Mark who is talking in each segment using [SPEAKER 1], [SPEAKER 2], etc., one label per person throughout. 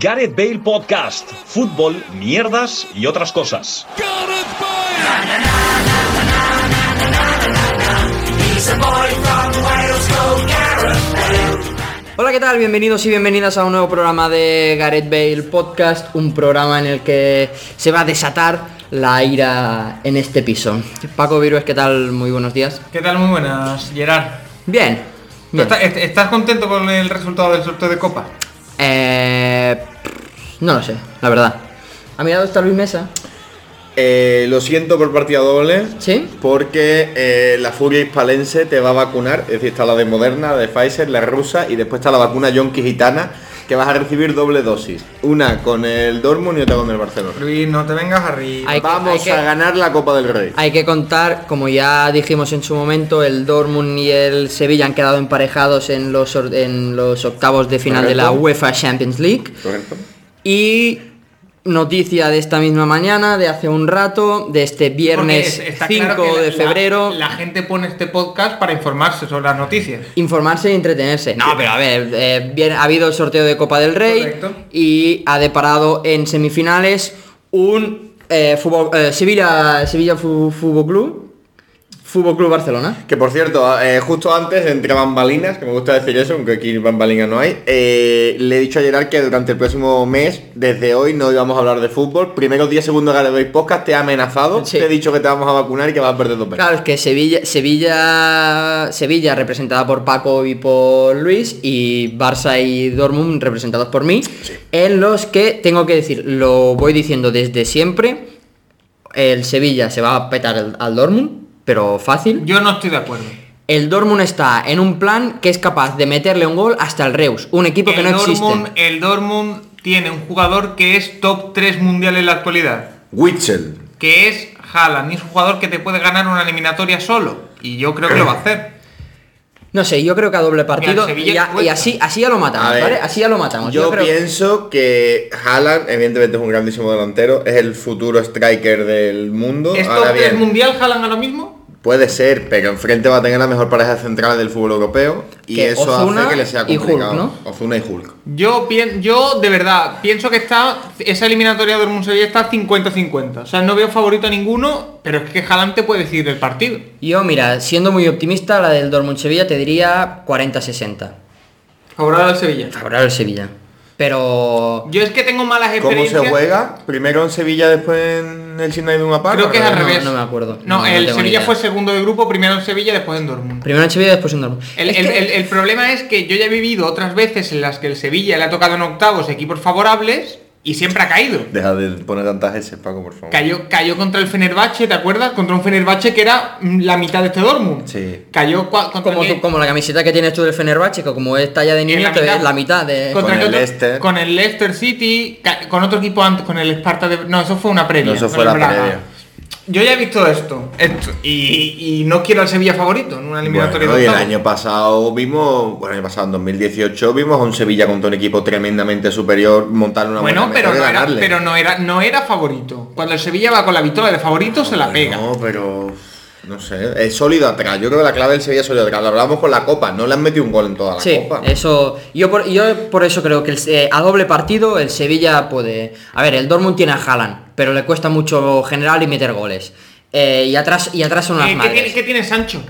[SPEAKER 1] Gareth Bale Podcast, fútbol, mierdas y otras cosas.
[SPEAKER 2] Hola, ¿qué tal? Bienvenidos y bienvenidas a un nuevo programa de Gareth Bale Podcast, un programa en el que se va a desatar la ira en este piso. Paco Virués, ¿qué tal? Muy buenos días.
[SPEAKER 3] ¿Qué tal? Muy buenas, Gerard.
[SPEAKER 2] Bien.
[SPEAKER 3] ¿Tú
[SPEAKER 2] bien.
[SPEAKER 3] está- est- ¿Estás contento con el resultado del sorteo de copa?
[SPEAKER 2] Eh, no lo sé, la verdad. ¿A mi lado está Luis Mesa?
[SPEAKER 4] Eh, lo siento por partida doble.
[SPEAKER 2] ¿Sí?
[SPEAKER 4] Porque eh, la furia hispalense te va a vacunar. Es decir, está la de Moderna, la de Pfizer, la rusa y después está la vacuna Yonki Gitana. Que vas a recibir doble dosis. Una con el Dortmund y otra con el Barcelona.
[SPEAKER 3] Luis, no te vengas arriba.
[SPEAKER 2] Hay que- hay
[SPEAKER 4] Vamos
[SPEAKER 2] que-
[SPEAKER 4] a ganar la Copa del Rey.
[SPEAKER 2] Hay que contar, como ya dijimos en su momento, el Dortmund y el Sevilla han quedado emparejados en los, or- en los octavos de final de la
[SPEAKER 4] Correcto.
[SPEAKER 2] UEFA Champions League.
[SPEAKER 4] ¿Correcto?
[SPEAKER 2] Y noticia de esta misma mañana, de hace un rato, de este viernes
[SPEAKER 3] Porque es- está
[SPEAKER 2] 5
[SPEAKER 3] claro que
[SPEAKER 2] de
[SPEAKER 3] la-
[SPEAKER 2] febrero.
[SPEAKER 3] La, gente pone este podcast para informarse sobre las noticias.
[SPEAKER 2] Informarse y entretenerse. No, pero a ver, eh, bien, ha habido el sorteo de Copa del Rey
[SPEAKER 3] Correcto.
[SPEAKER 2] y ha deparado en semifinales un eh, fútbol- eh, Sevilla, Sevilla Fu- Fútbol Club, Fútbol Club Barcelona.
[SPEAKER 4] Que por cierto, eh, justo antes, entre bambalinas, que me gusta decir eso, aunque aquí bambalinas no hay, eh, le he dicho a Gerard que durante el próximo mes, desde hoy, no íbamos a hablar de fútbol. Primero 10 segundos de Gareth Podcast te ha amenazado,
[SPEAKER 2] Sí.
[SPEAKER 4] te he dicho que te vamos a vacunar y que vas a perder dos veces.
[SPEAKER 2] Claro, es que Sevilla, Sevilla, Sevilla representada por Paco y por Luis y Barça y Dortmund representados por mí, en los que tengo que decir, lo voy diciendo desde siempre, el Sevilla se va a petar el- al Dortmund, pero fácil.
[SPEAKER 3] Yo no estoy de acuerdo.
[SPEAKER 2] El Dortmund está en un plan que es capaz de meterle un gol hasta el Reus, un equipo que
[SPEAKER 3] el,
[SPEAKER 2] no
[SPEAKER 3] Dortmund,
[SPEAKER 2] existe.
[SPEAKER 3] el Dortmund tiene un jugador que es top 3 mundial en la actualidad,
[SPEAKER 4] Witzel.
[SPEAKER 3] que es Haaland. Y es un jugador que te puede ganar una eliminatoria solo. Y yo creo que lo va a hacer.
[SPEAKER 2] No sé, yo creo que a doble partido
[SPEAKER 3] Sevilla
[SPEAKER 2] y, a- y
[SPEAKER 3] cuesta.
[SPEAKER 2] así, así ya lo matamos,
[SPEAKER 4] A ver,
[SPEAKER 2] ¿vale? Así ya lo matamos.
[SPEAKER 4] Yo,
[SPEAKER 2] creo-
[SPEAKER 4] pienso que Haaland, evidentemente es un grandísimo delantero, es el futuro striker del mundo.
[SPEAKER 3] ¿Es top
[SPEAKER 4] Ahora
[SPEAKER 3] 3
[SPEAKER 4] bien,
[SPEAKER 3] mundial Haaland ahora mismo?
[SPEAKER 4] puede ser, pero enfrente va a tener la mejor pareja central del fútbol europeo y
[SPEAKER 2] Que
[SPEAKER 4] eso
[SPEAKER 2] Ozuna
[SPEAKER 4] hace que le sea
[SPEAKER 2] y Hulk,
[SPEAKER 4] complicado.
[SPEAKER 2] ¿no?
[SPEAKER 4] Ozuna y Hulk.
[SPEAKER 3] Yo, pien- yo de verdad pienso que está esa eliminatoria de Dortmund Sevilla está 50-50. O sea, no veo favorito a ninguno, pero es que Haaland te puede decidir el partido.
[SPEAKER 2] Yo, mira, siendo muy optimista, la del Dortmund Sevilla te diría 40-60.
[SPEAKER 3] Favorable al Sevilla.
[SPEAKER 2] Favorable el Sevilla. Pero.
[SPEAKER 3] Yo es que tengo malas
[SPEAKER 4] ¿Cómo se
[SPEAKER 3] experiencias.
[SPEAKER 4] juega? Primero en Sevilla, después en el Sinaí de una parte.
[SPEAKER 3] Creo que es al
[SPEAKER 2] No,
[SPEAKER 3] revés.
[SPEAKER 2] no me acuerdo.
[SPEAKER 3] No,
[SPEAKER 2] No, no
[SPEAKER 3] el
[SPEAKER 2] tengo ni
[SPEAKER 3] Sevilla
[SPEAKER 2] idea.
[SPEAKER 3] fue segundo de grupo, primero en Sevilla, después en Dortmund.
[SPEAKER 2] Primero en Sevilla, después en Dortmund.
[SPEAKER 3] El,
[SPEAKER 2] Es
[SPEAKER 3] el-
[SPEAKER 2] que-
[SPEAKER 3] el- el problema es que yo ya he vivido otras veces en las que el Sevilla le ha tocado en octavos equipos favorables y siempre ha caído.
[SPEAKER 4] Deja de poner tantas S, Paco, por favor.
[SPEAKER 3] Cayó, cayó contra el Fenerbahce, ¿te acuerdas? Contra un Fenerbahce que era mm, la mitad de este Dortmund.
[SPEAKER 4] Sí.
[SPEAKER 3] Cayó cua- contra
[SPEAKER 2] Como,
[SPEAKER 3] el-
[SPEAKER 2] tú- como la camiseta que tienes tú del Fenerbahce, que como es talla de
[SPEAKER 3] en
[SPEAKER 2] niño, te ves la mitad de.
[SPEAKER 3] Eh, Contra
[SPEAKER 4] Con
[SPEAKER 3] qué
[SPEAKER 4] el
[SPEAKER 3] otro-
[SPEAKER 4] Leicester.
[SPEAKER 3] Con el Leicester City, ca- con otro equipo antes, con el Sparta de... No, eso fue una previa.
[SPEAKER 4] No, eso
[SPEAKER 3] con
[SPEAKER 4] fue
[SPEAKER 3] el
[SPEAKER 4] la
[SPEAKER 3] Braga.
[SPEAKER 4] previa.
[SPEAKER 3] Yo ya he visto esto, esto, y, y no quiero al Sevilla favorito en una eliminatoria
[SPEAKER 4] Bueno,
[SPEAKER 3] de
[SPEAKER 4] y el
[SPEAKER 3] octavos.
[SPEAKER 4] año pasado vimos, bueno, el año pasado en 2018 vimos a un Sevilla contra un equipo tremendamente superior montar una
[SPEAKER 3] Bueno,
[SPEAKER 4] buena meta y
[SPEAKER 3] pero, no era,
[SPEAKER 4] ganarle.
[SPEAKER 3] pero no, era, no era favorito. Cuando el Sevilla va con la victoria de favorito, se la pega. Eh,
[SPEAKER 4] No, pero no sé, es sólido atrás. Yo creo que la clave del Sevilla es sólido atrás. Lo hablamos con la Copa, no le han metido un gol en toda la
[SPEAKER 2] Sí,
[SPEAKER 4] Copa.
[SPEAKER 2] eso. Yo por, yo por eso creo que el Se- a doble partido el Sevilla puede. A ver, el Dortmund tiene a Haaland, pero le cuesta mucho generar y meter goles. Eh, y atrás y atrás son las
[SPEAKER 3] Eh, ¿qué,
[SPEAKER 2] madres.
[SPEAKER 3] tiene, qué tiene Sancho?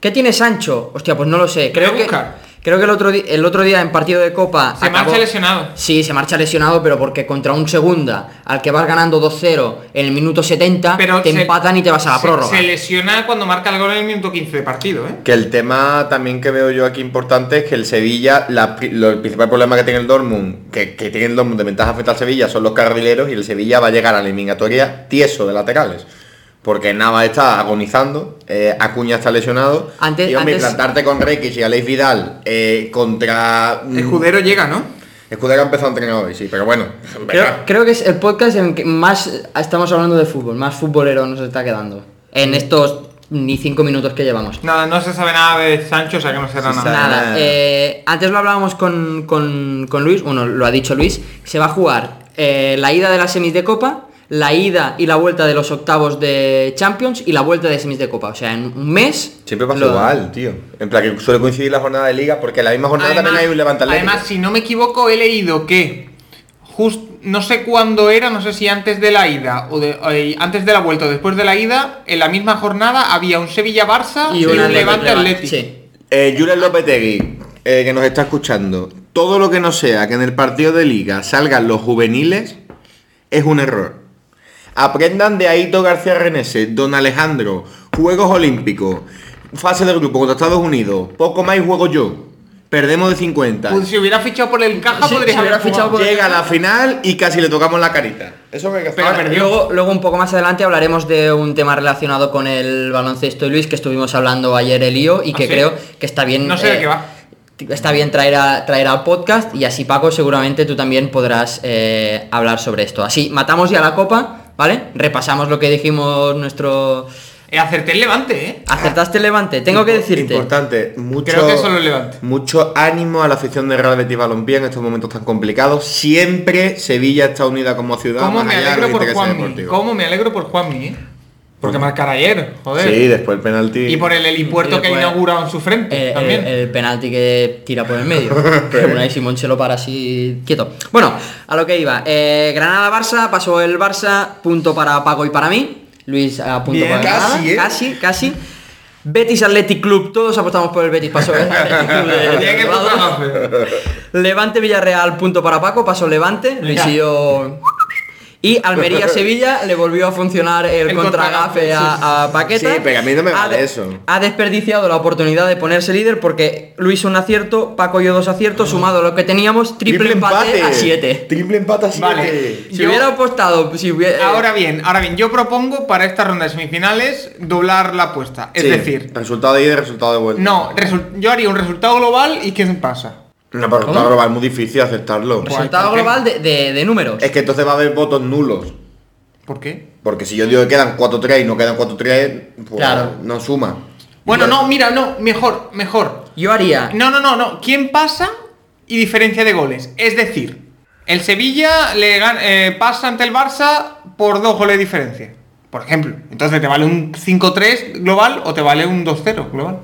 [SPEAKER 2] ¿Qué tiene Sancho? Hostia, pues no lo sé. Creo
[SPEAKER 3] Voy a
[SPEAKER 2] que,
[SPEAKER 3] buscar.
[SPEAKER 2] creo que el otro, di- el otro día en partido de Copa.
[SPEAKER 3] Se marcha lesionado.
[SPEAKER 2] Sí, se marcha lesionado, pero porque contra un segunda al que vas ganando 2-0 en el minuto 70,
[SPEAKER 3] Pero
[SPEAKER 2] te
[SPEAKER 3] se-
[SPEAKER 2] empatan y te vas a la
[SPEAKER 3] se-
[SPEAKER 2] prórroga.
[SPEAKER 3] Se lesiona cuando marca el gol en el minuto 15 de partido, ¿eh?
[SPEAKER 4] Que el tema también que veo yo aquí importante es que el Sevilla, la pri- lo- el principal problema que tiene el Dortmund, que, que tiene el Dortmund de ventaja frente al Sevilla, son los carrileros y el Sevilla va a llegar a la eliminatoria tieso de laterales. Porque Nava está agonizando, eh, Acuña está lesionado.
[SPEAKER 2] Antes-
[SPEAKER 4] y hombre,
[SPEAKER 2] antes-
[SPEAKER 4] plantarte con Rekic y Aleix Vidal eh, contra... mm,
[SPEAKER 3] Escudero llega, ¿no?
[SPEAKER 4] Escudero ha empezado a entrenar hoy, sí, pero bueno.
[SPEAKER 2] Creo,
[SPEAKER 4] venga.
[SPEAKER 2] creo que es el podcast en que más estamos hablando de fútbol, más futbolero nos está quedando. En estos ni 5 minutos que llevamos.
[SPEAKER 3] Nada, no se sabe nada de Sancho, o sea que no será
[SPEAKER 4] Se
[SPEAKER 3] nada.
[SPEAKER 4] sabe.
[SPEAKER 2] Nada,
[SPEAKER 4] Ah.
[SPEAKER 2] eh, antes lo hablábamos con, con- con Luis, bueno, lo ha dicho Luis, se va a jugar eh, la ida de las semis de Copa, la ida y la vuelta de los octavos de Champions y la vuelta de semis de Copa, o sea, en un mes...
[SPEAKER 4] Siempre pasa
[SPEAKER 2] lo-
[SPEAKER 4] igual, tío. En plan, que suele coincidir la jornada de liga porque en la misma jornada también hay un levanta Atlético.
[SPEAKER 3] además, si no me equivoco, he leído que justo, no sé cuándo era, no sé si antes de la ida o, de, eh, antes de la vuelta o después de la ida, en la misma jornada había un Sevilla-Barça y
[SPEAKER 2] un
[SPEAKER 3] un
[SPEAKER 2] Atleti-
[SPEAKER 3] Levante-Atleti.
[SPEAKER 2] Sí.
[SPEAKER 4] Eh, Julen Lopetegui, eh, que nos está escuchando, todo lo que no sea que en el partido de liga salgan los juveniles es un error. Aprendan de Aito García Renese, Don Alejandro, Juegos Olímpicos, fase de grupo contra Estados Unidos, poco más y juego yo. Perdemos de 50.
[SPEAKER 3] Pues si hubiera fichado por el caja,
[SPEAKER 2] Sí,
[SPEAKER 3] podría
[SPEAKER 2] si
[SPEAKER 3] haber
[SPEAKER 2] hubiera fichado
[SPEAKER 3] jugado.
[SPEAKER 2] por-
[SPEAKER 4] Llega a la final y casi le tocamos la carita. Eso que hay que
[SPEAKER 3] Pero
[SPEAKER 4] hacer.
[SPEAKER 3] perdió.
[SPEAKER 2] Luego, luego un poco más adelante hablaremos de un tema relacionado con el baloncesto y Luis que estuvimos hablando ayer Elío y que
[SPEAKER 3] ¿Ah, sí?
[SPEAKER 2] creo que está bien eh,
[SPEAKER 3] No sé de qué va.
[SPEAKER 2] está bien traer a, traer al podcast y así Paco seguramente tú también podrás eh, hablar sobre esto así matamos ya la copa vale repasamos lo que dijimos nuestro
[SPEAKER 3] Eh, acerté el Levante, ¿eh?
[SPEAKER 2] acertaste el Levante tengo que decirte
[SPEAKER 4] Importante, mucho,
[SPEAKER 3] Creo que solo el Levante.
[SPEAKER 4] mucho ánimo a la afición de Real Betis Balompié en estos momentos tan complicados. Siempre Sevilla está unida como ciudad.
[SPEAKER 3] ¿Cómo
[SPEAKER 4] más
[SPEAKER 3] me
[SPEAKER 4] allá de lo
[SPEAKER 3] alegro
[SPEAKER 4] que
[SPEAKER 3] por
[SPEAKER 4] sea
[SPEAKER 3] Juanmi?
[SPEAKER 4] deportivo.
[SPEAKER 3] ¿Cómo me alegro por Juanmi, eh? Porque marcar ayer, joder.
[SPEAKER 4] Sí, después el penalti.
[SPEAKER 3] Y por el helipuerto
[SPEAKER 2] Y
[SPEAKER 3] que ha
[SPEAKER 2] después-
[SPEAKER 3] inaugurado en su frente
[SPEAKER 2] pues, Eh, el,
[SPEAKER 3] también.
[SPEAKER 2] el penalti que tira por el medio. Que Unai Simón se lo para así quieto. Bueno, a lo que iba. Eh, Granada-Barça, pasó el Barça, punto para Paco y para mí. Luis a punto
[SPEAKER 4] Bien,
[SPEAKER 2] para Granada.
[SPEAKER 4] casi, ¿eh?
[SPEAKER 2] Casi, casi. Betis Athletic Club, todos apostamos por el Betis, pasó el Athletic Club de- de
[SPEAKER 3] Ya que tú
[SPEAKER 2] Bilbao.
[SPEAKER 3] conoces.
[SPEAKER 2] Levante Villarreal, punto para Paco, pasó Levante, Luis
[SPEAKER 3] Venga.
[SPEAKER 2] y yo- Y Almería Sevilla le volvió a funcionar el,
[SPEAKER 3] El
[SPEAKER 2] contragafe
[SPEAKER 3] contragafe, sí, sí, sí.
[SPEAKER 2] a, a Paqueta.
[SPEAKER 4] Sí, pero a mí no me
[SPEAKER 2] Ha
[SPEAKER 4] vale
[SPEAKER 2] de-
[SPEAKER 4] eso.
[SPEAKER 2] ha desperdiciado la oportunidad de ponerse líder porque Luis un acierto, Paco y yo dos aciertos, sumado a lo que teníamos, triple, empate, a 7.
[SPEAKER 4] Triple empate a
[SPEAKER 3] Vale.
[SPEAKER 2] Si
[SPEAKER 3] Yo-
[SPEAKER 2] hubiera apostado, si hubiera... eh,
[SPEAKER 3] Ahora bien, ahora bien, yo propongo para esta ronda de semifinales doblar la apuesta. Es
[SPEAKER 4] Sí,
[SPEAKER 3] decir,
[SPEAKER 4] Resultado de ida y resultado de vuelta.
[SPEAKER 3] no, resu- yo haría un resultado global y ¿quién pasa?
[SPEAKER 4] No, pero resultado global es muy difícil aceptarlo.
[SPEAKER 3] Pues
[SPEAKER 2] resultado
[SPEAKER 3] ¿por qué?
[SPEAKER 2] global de, de- de números.
[SPEAKER 4] Es que entonces va a haber votos nulos.
[SPEAKER 3] ¿Por qué?
[SPEAKER 4] Porque si yo digo que quedan 4-3 y no quedan 4-3, pues
[SPEAKER 2] Claro.
[SPEAKER 4] no suma.
[SPEAKER 3] Bueno, no, mira, no, mejor, mejor.
[SPEAKER 2] Yo haría...
[SPEAKER 3] No, no, no, no. ¿Quién pasa y diferencia de goles? Es decir, el Sevilla le gan- eh, pasa ante el Barça por dos goles de diferencia. Por ejemplo. Entonces te vale un 5-3 global o te vale un 2-0 global.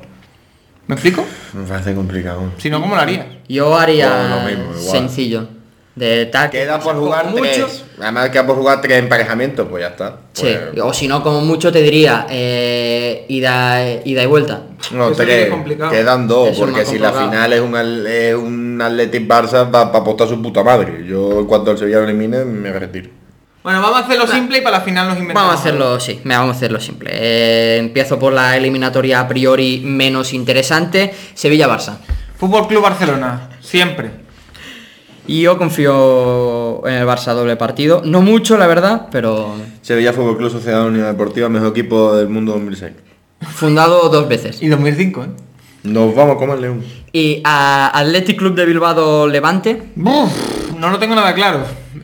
[SPEAKER 3] ¿Me explico?
[SPEAKER 4] Me parece complicado.
[SPEAKER 3] Si no, ¿cómo lo harías?
[SPEAKER 2] Yo haría
[SPEAKER 4] Bueno, lo mismo, igual.
[SPEAKER 2] sencillo. De tac,
[SPEAKER 4] Queda por
[SPEAKER 2] como
[SPEAKER 4] jugar
[SPEAKER 2] mucho-
[SPEAKER 4] tres. Además queda por jugar tres emparejamientos, pues ya está.
[SPEAKER 2] Sí,
[SPEAKER 4] Pues,
[SPEAKER 2] o si no, como mucho te diría eh, ida, ida y vuelta.
[SPEAKER 4] no,
[SPEAKER 3] Eso sí
[SPEAKER 4] tres.
[SPEAKER 3] es complicado.
[SPEAKER 4] Quedan dos,
[SPEAKER 2] Eso es
[SPEAKER 4] porque
[SPEAKER 2] más
[SPEAKER 4] si la
[SPEAKER 2] complicado.
[SPEAKER 4] final es un, al- es un Athletic Barça va a apostar su puta madre. Yo en cuanto el Sevilla lo elimine me retiro.
[SPEAKER 3] Bueno, vamos a hacerlo simple y para la final nos inventamos.
[SPEAKER 2] Vamos a hacerlo, sí, me vamos a hacerlo simple. Eh, empiezo por la eliminatoria a priori menos interesante, Sevilla-Barça.
[SPEAKER 3] Fútbol Club Barcelona, siempre.
[SPEAKER 2] Y yo confío en el Barça doble partido, no mucho la verdad, pero
[SPEAKER 4] Sevilla Fútbol Club Sociedad Unida Deportiva, mejor equipo del mundo 2006.
[SPEAKER 2] fundado dos veces.
[SPEAKER 3] Y 2005, ¿eh?
[SPEAKER 4] Nos vamos a comer León.
[SPEAKER 2] Y a Athletic Club de Bilbao Levante,
[SPEAKER 3] Buf, no lo tengo nada claro.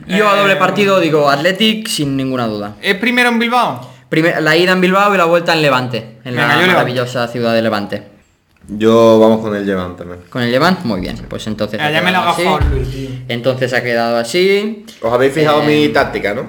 [SPEAKER 2] yo a
[SPEAKER 3] Eh,
[SPEAKER 2] doble partido digo Athletic sin ninguna duda.
[SPEAKER 3] ¿Es primero en Bilbao?
[SPEAKER 2] Primer- la ida en Bilbao y la vuelta en Levante, en
[SPEAKER 3] Venga, yo
[SPEAKER 2] la
[SPEAKER 3] Levante.
[SPEAKER 2] maravillosa ciudad de Levante.
[SPEAKER 4] Yo vamos con el Levante también.
[SPEAKER 2] Con el Levante, muy bien, pues entonces... ha
[SPEAKER 3] Eh, ya me lo ha
[SPEAKER 2] quedado así.
[SPEAKER 3] gafado Luis, tío.
[SPEAKER 2] Entonces ha quedado así.
[SPEAKER 4] Os habéis fijado
[SPEAKER 2] Eh,
[SPEAKER 4] mi táctica, ¿no?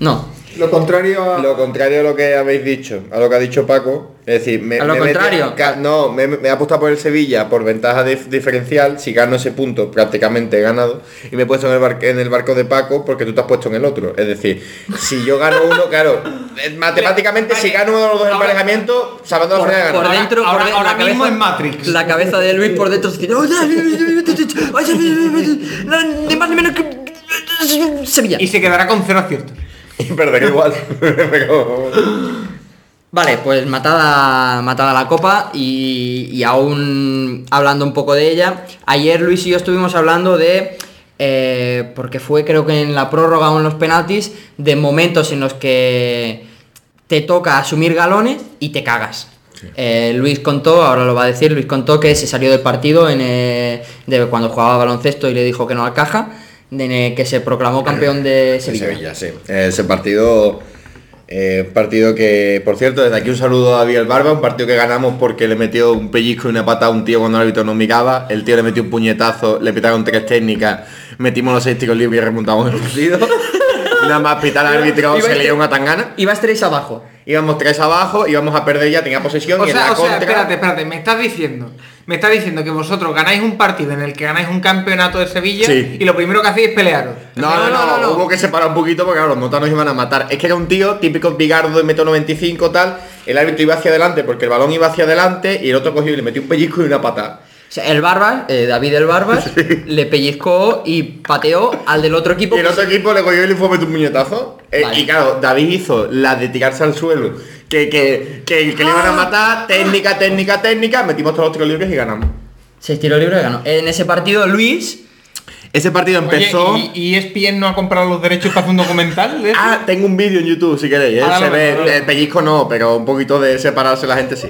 [SPEAKER 2] No,
[SPEAKER 4] Lo contrario a... Lo contrario a lo que habéis dicho, a lo que ha dicho Paco. Es decir, me,
[SPEAKER 2] A lo
[SPEAKER 4] me he
[SPEAKER 2] contrario.
[SPEAKER 4] metido- ca- no, me, me he apostado por el Sevilla por ventaja dif- diferencial. Si gano ese punto, prácticamente he ganado. Y me he puesto en el, bar- en el barco de Paco porque tú te has puesto en el otro. Es decir, si yo gano uno, claro, eh, matemáticamente si gano uno de los dos
[SPEAKER 3] Ahora-
[SPEAKER 4] emparejamientos, salvando la
[SPEAKER 2] por,
[SPEAKER 4] final he
[SPEAKER 2] por
[SPEAKER 4] ganado.
[SPEAKER 2] dentro
[SPEAKER 3] ahora-
[SPEAKER 2] por de-
[SPEAKER 3] ahora
[SPEAKER 2] la
[SPEAKER 3] mismo en Matrix.
[SPEAKER 2] la cabeza de Luis por dentro dice, "Ay, no, ni más ni menos que Sevilla
[SPEAKER 3] Y se quedará con cero aciertos.
[SPEAKER 4] Y perderé igual. Pero-
[SPEAKER 2] vale pues matada matada la copa y, y aún hablando un poco de ella ayer Luis y yo estuvimos hablando de eh, porque fue creo que en la prórroga o en los penaltis de momentos en los que te toca asumir galones y te cagas. Eh, Luis contó, ahora lo va a decir, Luis contó que se salió del partido en, eh, de cuando jugaba baloncesto y le dijo que no al caja, de, que se proclamó campeón de
[SPEAKER 4] Sí, Sevilla,
[SPEAKER 2] Sevilla.
[SPEAKER 4] sí. Ese partido, eh, partido que, por cierto, desde aquí un saludo a Biel Barba, un partido que ganamos porque le metió un pellizco y una pata a un tío cuando el árbitro no miraba, el tío le metió un puñetazo, le pitaron tres técnicas, metimos los seis tiros libres y remontamos el partido. Nada más pitar al árbitro
[SPEAKER 2] Iba
[SPEAKER 4] se
[SPEAKER 2] este-
[SPEAKER 4] le dio una tangana.
[SPEAKER 2] Ibas tres abajo.
[SPEAKER 4] Íbamos tres abajo, íbamos a perder ya, tenía posesión
[SPEAKER 3] O
[SPEAKER 4] y en la
[SPEAKER 3] sea, o sea,
[SPEAKER 4] contra.
[SPEAKER 3] espérate, espérate, me estás diciendo. Me estás diciendo que vosotros ganáis un partido en el que ganáis un campeonato de Sevilla
[SPEAKER 4] Sí.
[SPEAKER 3] y lo primero que hacéis es pelearos.
[SPEAKER 4] No, no, no, hubo que separar un poquito porque claro, los motas nos iban a matar. Es que era un tío típico bigardo de metro 95 tal, el árbitro iba hacia adelante porque el balón iba hacia adelante y el otro cogió y le metió un pellizco y una patada.
[SPEAKER 2] O sea, el Barbas, eh, David el Barbas, le pellizcó y pateó al del otro equipo.
[SPEAKER 4] Y el otro equipo le cogió y le fue a meter un puñetazo. Eh,
[SPEAKER 2] Vale.
[SPEAKER 4] Y claro, David hizo la de tirarse al suelo, que, que, que, que le iban a matar, técnica, técnica, técnica, metimos todos los tiros libres y ganamos.
[SPEAKER 2] Se tiró libre y ganó. En ese partido, Luis.
[SPEAKER 4] Ese partido empezó...
[SPEAKER 3] Oye, ¿y, E y ESPN no ha comprado los derechos para hacer un documental? de eso?
[SPEAKER 4] Ah, tengo un vídeo en YouTube si queréis. ¿eh?
[SPEAKER 3] Ah,
[SPEAKER 4] Se
[SPEAKER 3] dale,
[SPEAKER 4] ve,
[SPEAKER 3] dale.
[SPEAKER 4] el pellizco no, pero un poquito de separarse la gente sí.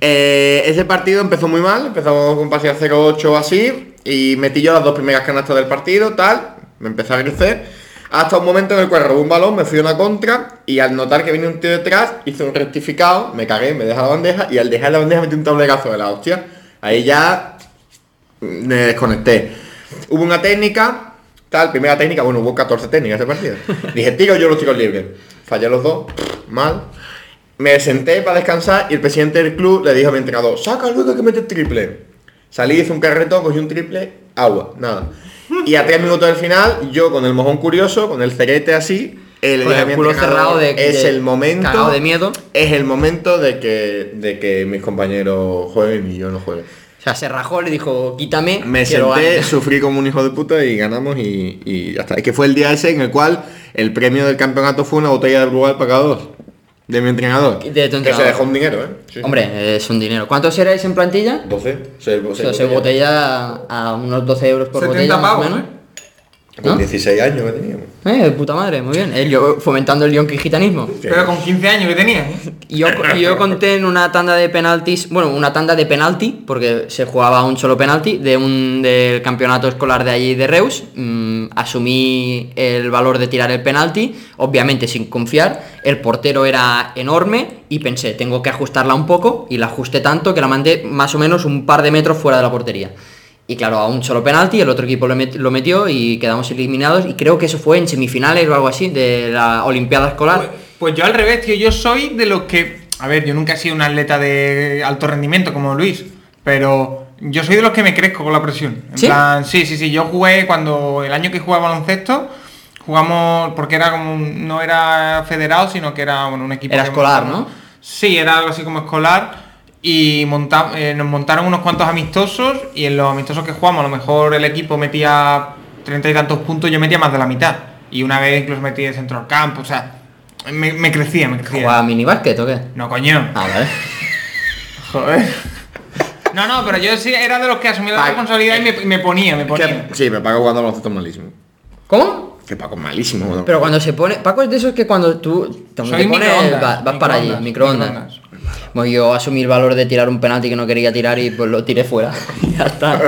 [SPEAKER 4] Eh, ese partido empezó muy mal, empezamos con pase a 0-8 o así, y metí yo las dos primeras canastas del partido, tal, me empecé a crecer, hasta un momento en el cual robé un balón, me fui a una contra, y al notar que venía un tío detrás, hice un rectificado, me cagué, me dejé la bandeja, y al dejar la bandeja metí un tablerazo de la hostia. Ahí ya mm, me desconecté. Hubo una técnica, tal, primera técnica, bueno, hubo 14 técnicas ese partido. Dije, tiro yo los tiros libres. Fallé los dos, mal. Me senté para descansar y el presidente del club le dijo a mi entrenador, saca luego que mete el triple. Salí, hice un carretón, cogí un triple, agua, nada. Y a tres minutos del final, yo con el mojón curioso, con el cerete así, eh, le
[SPEAKER 2] Con
[SPEAKER 4] dije a
[SPEAKER 2] el
[SPEAKER 4] mi
[SPEAKER 2] culo
[SPEAKER 4] entrenador,
[SPEAKER 2] cerrado de
[SPEAKER 4] es
[SPEAKER 2] de-
[SPEAKER 4] el momento
[SPEAKER 2] cagado de miedo.
[SPEAKER 4] es el momento de que, de que mis compañeros jueguen y yo no juegue.
[SPEAKER 2] O sea, se rajó, le dijo, quítame.
[SPEAKER 4] Me
[SPEAKER 2] que lo
[SPEAKER 4] senté,
[SPEAKER 2] gane".
[SPEAKER 4] sufrí como un hijo de puta y ganamos y, y ya está. Es que fue el día ese en el cual el premio del campeonato fue una botella de Brugal para cada dos. De mi entrenador.
[SPEAKER 2] De tu
[SPEAKER 4] Que
[SPEAKER 2] entrenador.
[SPEAKER 4] se dejó un dinero, ¿eh? Sí.
[SPEAKER 2] Hombre, es un dinero. ¿Cuántos erais en plantilla?
[SPEAKER 4] 12. se-
[SPEAKER 2] O
[SPEAKER 4] se
[SPEAKER 2] sea, se botella a unos 12 euros por
[SPEAKER 3] 70
[SPEAKER 2] botella, más
[SPEAKER 3] pavos,
[SPEAKER 2] o menos.
[SPEAKER 3] ¿eh?
[SPEAKER 4] Con
[SPEAKER 2] ¿no?
[SPEAKER 4] 16 años que teníamos.
[SPEAKER 2] Eh, de puta madre, muy bien. El yo- fomentando el yonki gitanismo.
[SPEAKER 3] Pero con 15 años que tenía. ¿eh?
[SPEAKER 2] Y Yo, y yo conté en una tanda de penaltis, bueno, una tanda de penalti, porque se jugaba un solo penalti, de un del campeonato escolar de allí de Reus. Mm, asumí el valor de tirar el penalti, obviamente sin confiar. El portero era enorme y pensé, tengo que ajustarla un poco, y la ajusté tanto que la mandé más o menos un par de metros fuera de la portería. Y claro, a un solo penalti, el otro equipo lo, met- lo metió y quedamos eliminados. Y creo que eso fue en semifinales o algo así, de la Olimpiada
[SPEAKER 3] Pues,
[SPEAKER 2] Escolar.
[SPEAKER 3] pues yo al revés, tío. Yo soy de los que. A ver, yo nunca he sido un atleta de alto rendimiento como Luis. Pero yo soy de los que me crezco con la presión. En
[SPEAKER 2] ¿Sí?
[SPEAKER 3] plan, sí, sí, sí. Yo jugué cuando. El año que jugaba baloncesto. Jugamos. Porque era como. un- no era federado, sino que era bueno, un equipo.
[SPEAKER 2] Era
[SPEAKER 3] que
[SPEAKER 2] escolar,
[SPEAKER 3] montamos.
[SPEAKER 2] ¿no?
[SPEAKER 3] Sí, era algo así como escolar. Y monta- eh, nos montaron unos cuantos amistosos. Y en los amistosos que jugamos, a lo mejor el equipo metía treinta y tantos puntos, yo metía más de la mitad. Y una vez incluso metí de centro al campo. O sea, me, me crecía, me crecía.
[SPEAKER 2] ¿Jugaba mini básquet o qué?
[SPEAKER 3] No, coño.
[SPEAKER 2] Ah, vale.
[SPEAKER 3] Joder. No, no, pero yo sí era de los que asumía la
[SPEAKER 4] Vale.
[SPEAKER 3] responsabilidad y me, y me ponía, me ponía.
[SPEAKER 4] Que- sí, pero Paco jugando baloncesto es malísimo.
[SPEAKER 2] ¿Cómo?
[SPEAKER 4] Que Paco es malísimo. ¿no?
[SPEAKER 2] Pero cuando se pone. Paco es de esos que cuando tú te
[SPEAKER 3] Soy
[SPEAKER 2] te pones,
[SPEAKER 3] microondas,
[SPEAKER 2] va- vas para allí,
[SPEAKER 3] microondas,
[SPEAKER 2] microondas. Bueno, yo asumí el valor de tirar un penalti que no quería tirar y pues lo tiré fuera. ya está.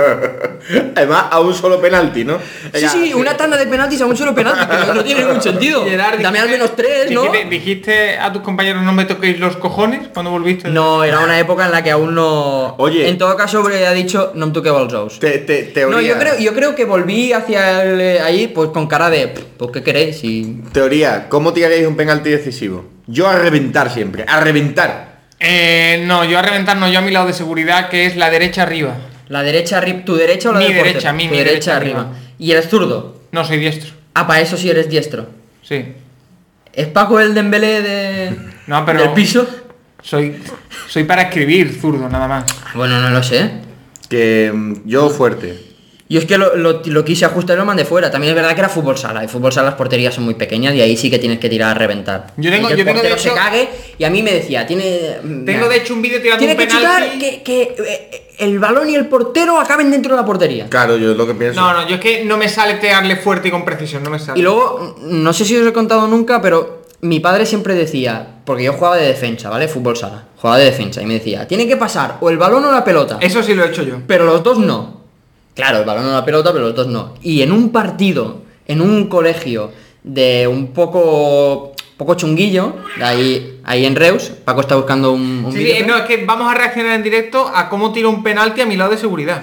[SPEAKER 4] Además, a un solo penalti, ¿no?
[SPEAKER 2] Sí, sí, una tanda de penaltis a un solo penalti, que no- no tiene ningún sentido.
[SPEAKER 3] Gerard,
[SPEAKER 2] Dame al
[SPEAKER 3] dijiste-
[SPEAKER 2] menos tres, ¿no?
[SPEAKER 3] dijiste- Dijiste a tus compañeros no me toquéis los cojones cuando volviste.
[SPEAKER 2] No, era una época en la que aún no.
[SPEAKER 4] Oye.
[SPEAKER 2] En todo caso, habría dicho, no em me toque Balzaus.
[SPEAKER 4] Te, te, teoría.
[SPEAKER 2] No, yo creo, yo creo que volví hacia el, eh, ahí pues con cara de. "Pff, Pues qué queréis y.
[SPEAKER 4] Teoría, ¿cómo tiraríais un penalti decisivo? Yo a reventar siempre, a reventar.
[SPEAKER 3] Eh, no, yo a reventar no, yo a mi lado de seguridad, que es la derecha arriba.
[SPEAKER 2] La derecha arriba. ¿Tu derecha o la
[SPEAKER 3] Mi
[SPEAKER 2] del portero?
[SPEAKER 3] derecha, mi-
[SPEAKER 2] Tu
[SPEAKER 3] mi
[SPEAKER 2] derecha
[SPEAKER 3] derecha
[SPEAKER 2] arriba.
[SPEAKER 3] arriba.
[SPEAKER 2] Y el zurdo.
[SPEAKER 3] No, soy diestro.
[SPEAKER 2] Ah, para eso sí eres diestro.
[SPEAKER 3] Sí.
[SPEAKER 2] ¿Es Paco el Dembélé de...
[SPEAKER 3] No, pero-
[SPEAKER 2] del piso?
[SPEAKER 3] Soy, soy para escribir, zurdo, nada más.
[SPEAKER 2] Bueno, no lo sé.
[SPEAKER 4] Que mm, yo fuerte.
[SPEAKER 2] Yo es que lo, lo- lo quise ajustar y lo mandé fuera. También es verdad que era fútbol sala. Y fútbol sala las porterías son muy pequeñas y ahí sí que tienes que tirar a reventar.
[SPEAKER 3] Yo tengo-
[SPEAKER 2] Y que el
[SPEAKER 3] yo tengo, de
[SPEAKER 2] portero se
[SPEAKER 3] hecho-
[SPEAKER 2] cague y a mí me decía, tiene... mm,
[SPEAKER 3] Tengo de hecho un vídeo tirando
[SPEAKER 2] Tiene
[SPEAKER 3] un
[SPEAKER 2] que
[SPEAKER 3] penalti.
[SPEAKER 2] chutar que, que, eh, el balón y el portero acaben dentro de la portería.
[SPEAKER 4] Claro, yo es lo que pienso.
[SPEAKER 3] No, no, yo es que no me sale pegarle fuerte y con precisión, no me sale.
[SPEAKER 2] Y luego, mm, no sé si os he contado nunca, pero mi padre siempre decía, porque yo jugaba de defensa, ¿vale? Fútbol sala. Jugaba de defensa y me decía, tiene que pasar o el balón o la pelota.
[SPEAKER 3] Eso sí lo he hecho yo.
[SPEAKER 2] Pero los dos no. Claro, el balón o la pelota, pero los dos no. Y en un partido, en un colegio de un poco poco chunguillo, de ahí, ahí en Reus, Paco está buscando un, un
[SPEAKER 3] Sí, sí,
[SPEAKER 2] vídeo.
[SPEAKER 3] no, es que vamos a reaccionar en directo a cómo tiro un penalti a mi lado de seguridad.